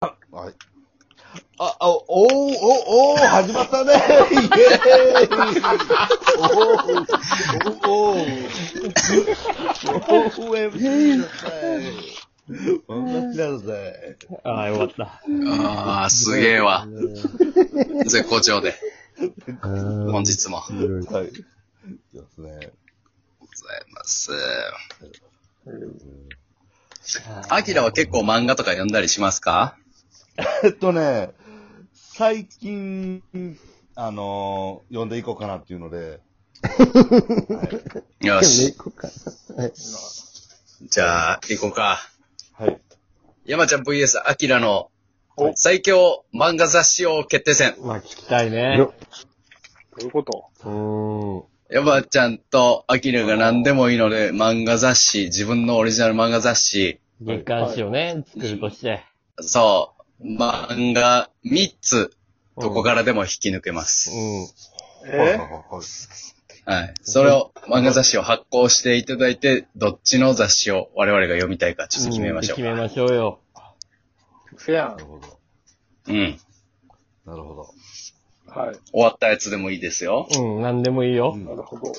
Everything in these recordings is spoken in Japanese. はい。あ、あ、おー、おー、おー、始まったねイェーイおー、おー、おー、FM だぜ。だぜ。ああ、よかった。ああ、すげえ わ。絶好調で、本日も。ありがとうはい。いきますね。ございます。アキラは結構漫画とか読んだりしますかえっとね、最近、あのー、読んでいこうかなっていうので、よし。こうかな。はい。じゃあ、行こうか。はい。山ちゃん VS アキラの最強漫画雑誌王決定戦。まあ、聞きたいね。よどういうことうーん。山ちゃんとアキラが何でもいいので、漫画雑誌、自分のオリジナル漫画雑誌、月刊誌をね、作るとして。そう、漫画3つ、どこからでも引き抜けます。はいえはい。それを、漫画雑誌を発行していただいて、どっちの雑誌を我々が読みたいか、ちょっと決めましょんう。決めましょうよ。せやんなる。ほど。うん。なるほど。はい。終わったやつでもいいですよ。うん、なんでもいいよ。なるほど。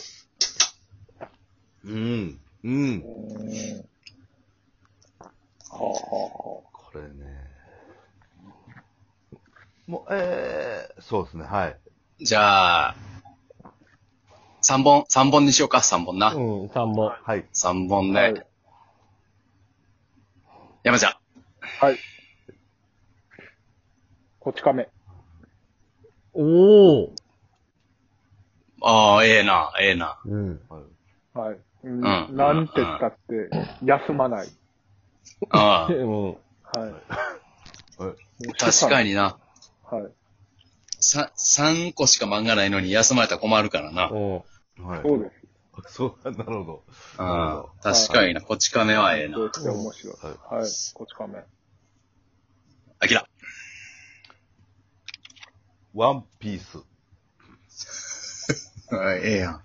うん。うん。はあ、はこれね。もう、えー、そうですね、はい。じゃあ、3本、3本にしようか、3本なう。ん、3本。はい。 3本あ、はねい。。山ちゃん。はい。こち亀。おー。ああ、ええな、ええな。うん。はい、はい。うんうんなんて言ったって、休まない。あ うん。はい。はいあ、確かに。にな。はい。さ、3個しか漫画ないのに休まれたら困るからな。うん。はい。そうです。そう、なるほど。うん。確かにな、こち亀はええなど。うして面白い。はいはい。こち亀。あきら。ワンピース。あええやん。はい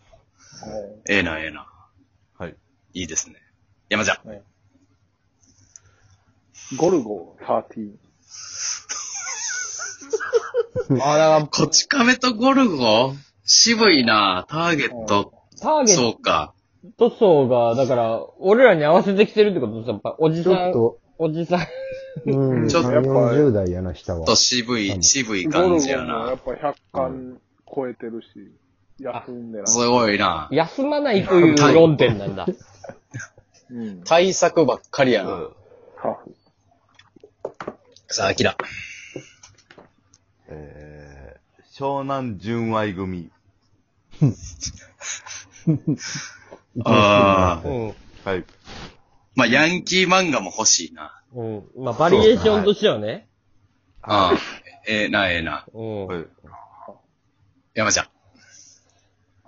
ええな、ええな。はい。いいですね。山ちゃん。ゴルゴ13。 あらら、こち亀とゴルゴ渋いなターゲット。ターゲそッうか。ト層が、だから、俺らに合わせてきてるってことですやっぱ、おじさちょんっ、と、おじさん。 うん。ちょっと3 40代やな、下はと。渋い、渋いゴルゴ感もじややなっ。ぱ100巻超えてるし、休んでない。すごいな休まないという論点なんだ。うん。対策ばっかりやうな。んタフ。さあ、アキラ。えー、湘南純愛組。あうあ。ん。はい。まあ、ヤンキー漫画も欲しいな。うん。まあ、バリエーションとしてはね。ああ。ええな、ええな。うん。はい。山ちゃん。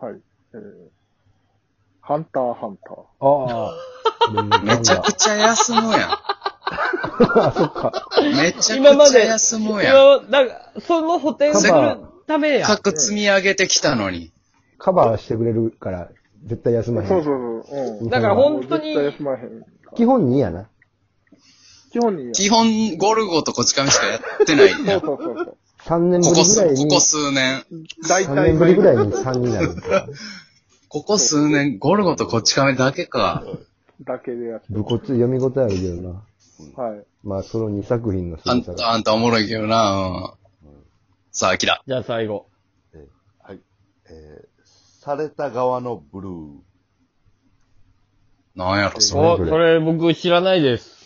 はい。えー、ハンターハンター。ああ。めちゃくちゃ休む やん。めちゃ今まくちゃで休むやん。今、だから、その補填するためや。各積み上げてきたのに。カバーしてくれるから、絶対休まへん。そうそうそう。うん。だから本当にもう絶対休まへん。基本2やな。基本に。基本、ゴルゴとこち亀しかやってないやん。こそうそうそうそう。 3年ぶりこぐす、らいこに、こ数年。大3年体ぶりぐらいに3になる。ここ数年、ゴルゴとこち亀だけか。だけでやって。武骨読み応えあるけどな。はい。まあ、その2作品のあん凄さた、が。あんたおもろいけどな。うん、さあ、アキラ。じゃあ最後。はい。えー、された側のブルー。なんやろ、それ。お、それ僕知らないです。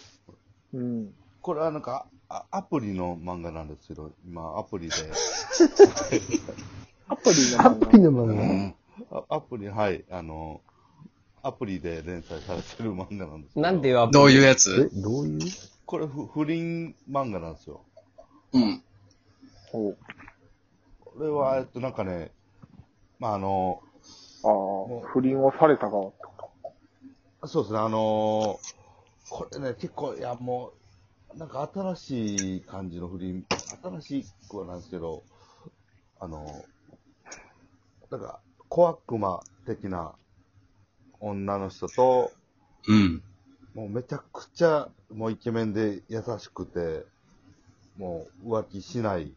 うん。これはなんか、あアプリの漫画なんですけど、今、アプリで、アプリのア漫プリの漫あアプリ、はい、あの、アプリで連載されてる漫画なんですけど。なんていうアプどういうや画。えつ、どういうこれふ、不倫漫画なんですよ。うん。画。これは、えっと、なんかね、まあ、あの、ああ、不倫をされた側とか。そうですね、あのーこれね、結構、いや、もう、なんか新しい感じの不倫、新しい子なんですけど、あのーなんか、小悪魔的な女の人と、うん。もうめちゃくちゃ、もうイケメンで優しくて、もう浮気しない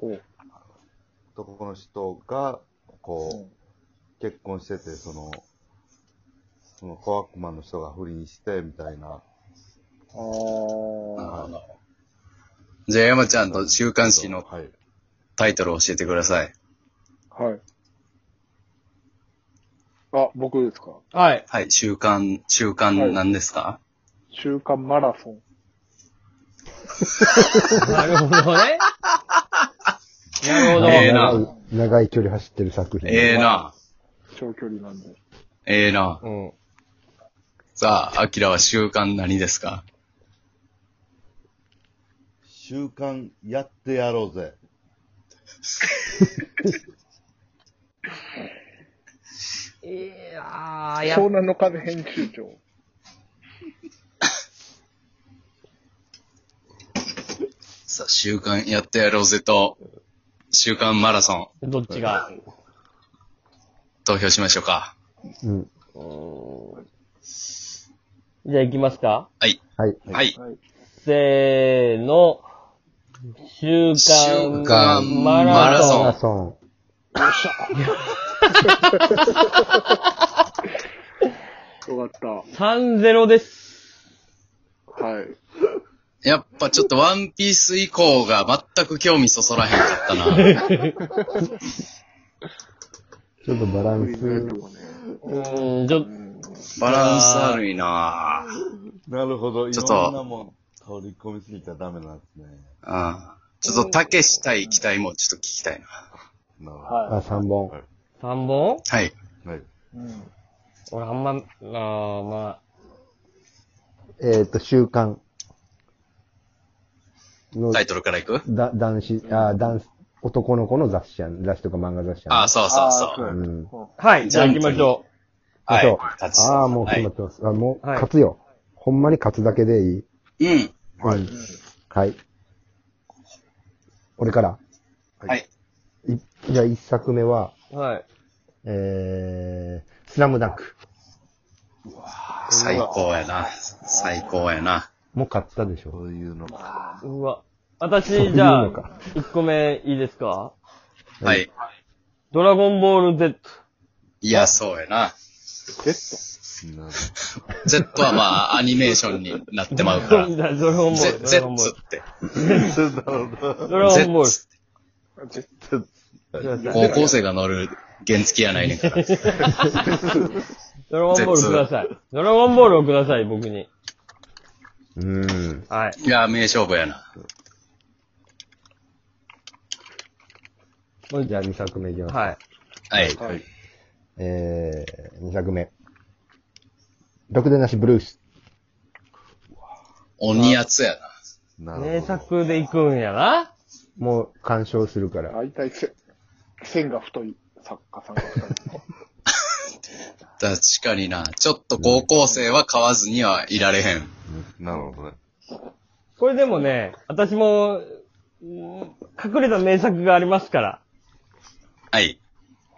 ほう。男の人が、うこんう、結婚してて、その、その小悪魔の人が不倫して、みたいな。ああ、はじゃあ山ちゃんと週刊誌のはい。タイトルを教えてください。はい。あ、僕ですか。 はい。はい、週刊、週刊何ですか、週刊マラソン。なるほどね。なるほど。 ええな長い長い距離走ってる作品。ええな。長距離なんで。ええな。うん。さあ、アキラは週刊何ですか週刊やってやろうぜ。いやー、や湘南の風編集長。さあ、週刊やってやろうぜと、週刊マラソン、どっちが。投票しましょうか。うん。じゃあ行きますか。はい。はい。はい。はい。せーの。週週刊刊ママララソンソ。マラソよかっ3-0です。た。はい。やっぱちょっとワンピース以降が全く興味そそらへんかった な。ン。ちょっとバランフリースズとかね。うーん、ちょっバランス悪いななるほど。いちょっとろんなもん取り込みすぎちゃダメなんですね。ああちょっと、たけしたい期待もちょっと聞きたいな。なるほど。あは3本。と、3本はい。はい。い。うん。俺あんま、あーまえっと、週刊のタイトルからいくだ男子、あ男子、男の子の雑誌やん。雑誌とか漫画雑誌やん。ああ、そうそうそうあー。そうやうんあ。はい、じゃあ行きましょあはいそう。勝ちそうああ、もうはい決まってます。あもう、はい勝つよ。ほんまに勝つだけでいい。うん。はい。はい。俺から。はい。いじゃあ一作目は、う。はい。えー、スラムダンク。最高やな。最高やな。もう勝ったでしそょ。ういうのか。うわ。私、うじゃあのか、 1個目いいですかはい。ドラゴンボール Z。いや、そうやな。ゲッなる Z はまあ、アニメーションになってまう か ら。じゃあドラゴンボー Z ル。ドラゴンボー Z ルって。ドラゴンボー Z ト。ジェッって高校生が乗る原付やないねんから。ル。ドラゴンボール Z ください。ドラゴンボールをください、僕に。うーん。はい。いや、名勝負やな。じゃあ二作目いきます。はい。はい。はい。えー、二作目。ろくでなしブルース。鬼厚やな。な名るほど。作で行くんやな。もう鑑賞するから。大体せ、線が太い作家さんが2人。確かにな。ちょっと高校生は買わずにはいられへん。なるほどね。これでもね、私も、うん隠れた名作がありますから。はい。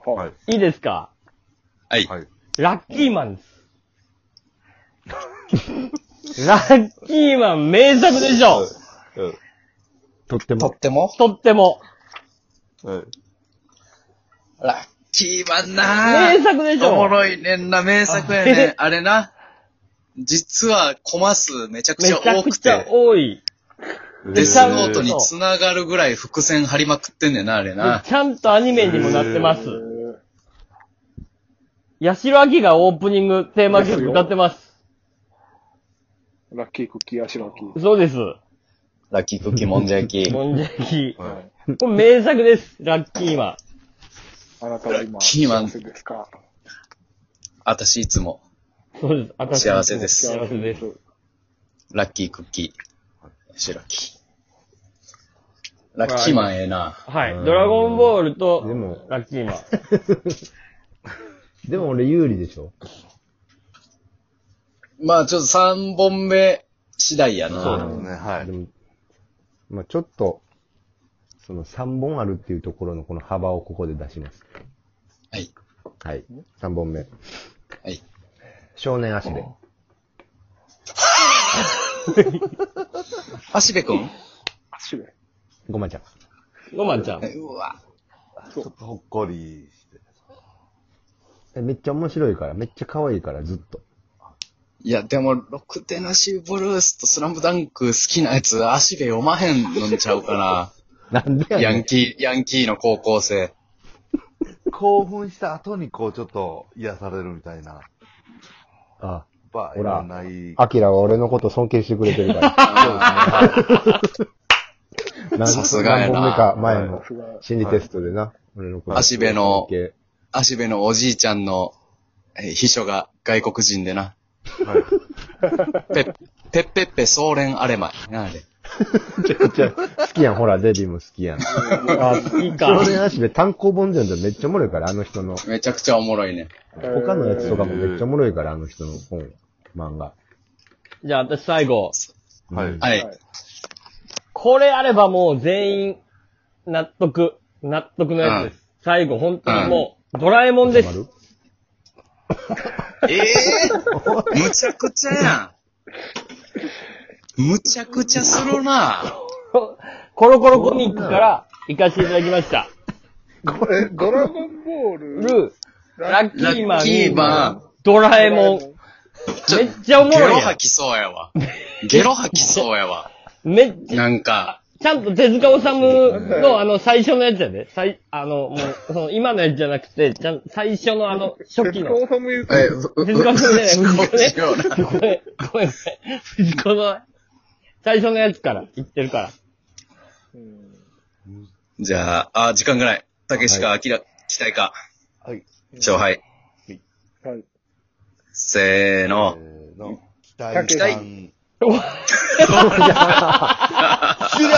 ははいい。。いいですかはい。はい。ラッキーマン です。ラッキーマン名作でしょとってとも。ってもとっても。はい。ラッキーマンな名作でしおもょろいねんな、名作やねん。あれな。実はコマ数めちゃくめちちゃゃ多くくちゃて、多い。デスノートえにー繋がるぐらい伏線張りまくってんねんな、あれな。ちゃんとアニメにもなってまえす。ー八代亜紀がオープニングテーマ曲歌ってます。ラッキークッキー、アシラッキー。そうです。ラッキークッキーもんじゃ焼き。もんじゃき。はこれ名作です。ラッキーマン。あなたは今、ラッキーマン幸せですか 私いつも、そうです。私幸せです幸せです。ラッキークッキー。白木。ラッキーマンええな。はい。ドラゴンボールとでも、ラッキーマン。でも俺有利でしょ。まあちょっと3本目次第やそうでな。すね。はでい。も、まあちょっと、その3本あるっていうところのこの幅をここで出します。はい。はい。3本目。はい。少年足で。橋部くんしべ。ごまちゃん。ロマンちゃん。うわ。ちょっとほっこりして。えめっちゃ面白いから、めっちゃ可愛いから、ずっと。いや、でも、ろくでなしブルースとスラムダンク好きなやつ、足で読まへんのんちゃう かなんでやな。ヤねンん。キー、ヤンキーの高校生。興奮した後にこうちょっと癒されるみたいな。あ、ば、ほらない。アキラは俺のこと尊敬してくれてる かあーら。さすがやな何本目か前さのすが。心理テストでな、俺のこと。足部の尊敬足部のおじいちゃんの、えー秘書が外国人でな。はいペッ、ペッペッペ、ソーレンアレマイ。なあれ。好きやん、ほら、デビも好きや ん。あ、いいか少。年足部単行本じゃんじゃめっちゃおもろいから、あの人の。めちゃくちゃおもろいね。他のやつとかもめっちゃおもろいから、あの人の本、漫画。じゃあ私最後。はいうんはい。これあればもう全員、納得。納得のやつです。最後、本当にもう、ドラえもんでまるす。ええむちゃくちゃやん。むちゃくちゃするな。コロコロコミックから行かせていただきました。これ、ドラゴンボール、ルー、ラッキーマン、ラッキーマンドラえもん。めっちゃおもゲろロいや吐きそう やわ。ゲロ吐きそうやわ。ん。めっちゃ、なんか、ちゃんと手塚治虫 のあの最初のやつやで。最、あの、もう、その今のやつじゃなくて、ちゃん最初のあの、初期鉄の。 鋼さんも言うえ、 藤子さんじゃない、藤子ね。藤子ごめん、ごめん、藤子の、最初のやつから、言ってるから。じゃあ、あ、時間がない。たけしか、あきら、期待か。はい。勝敗。はい。せーの。えーの、期待期待感うわ終了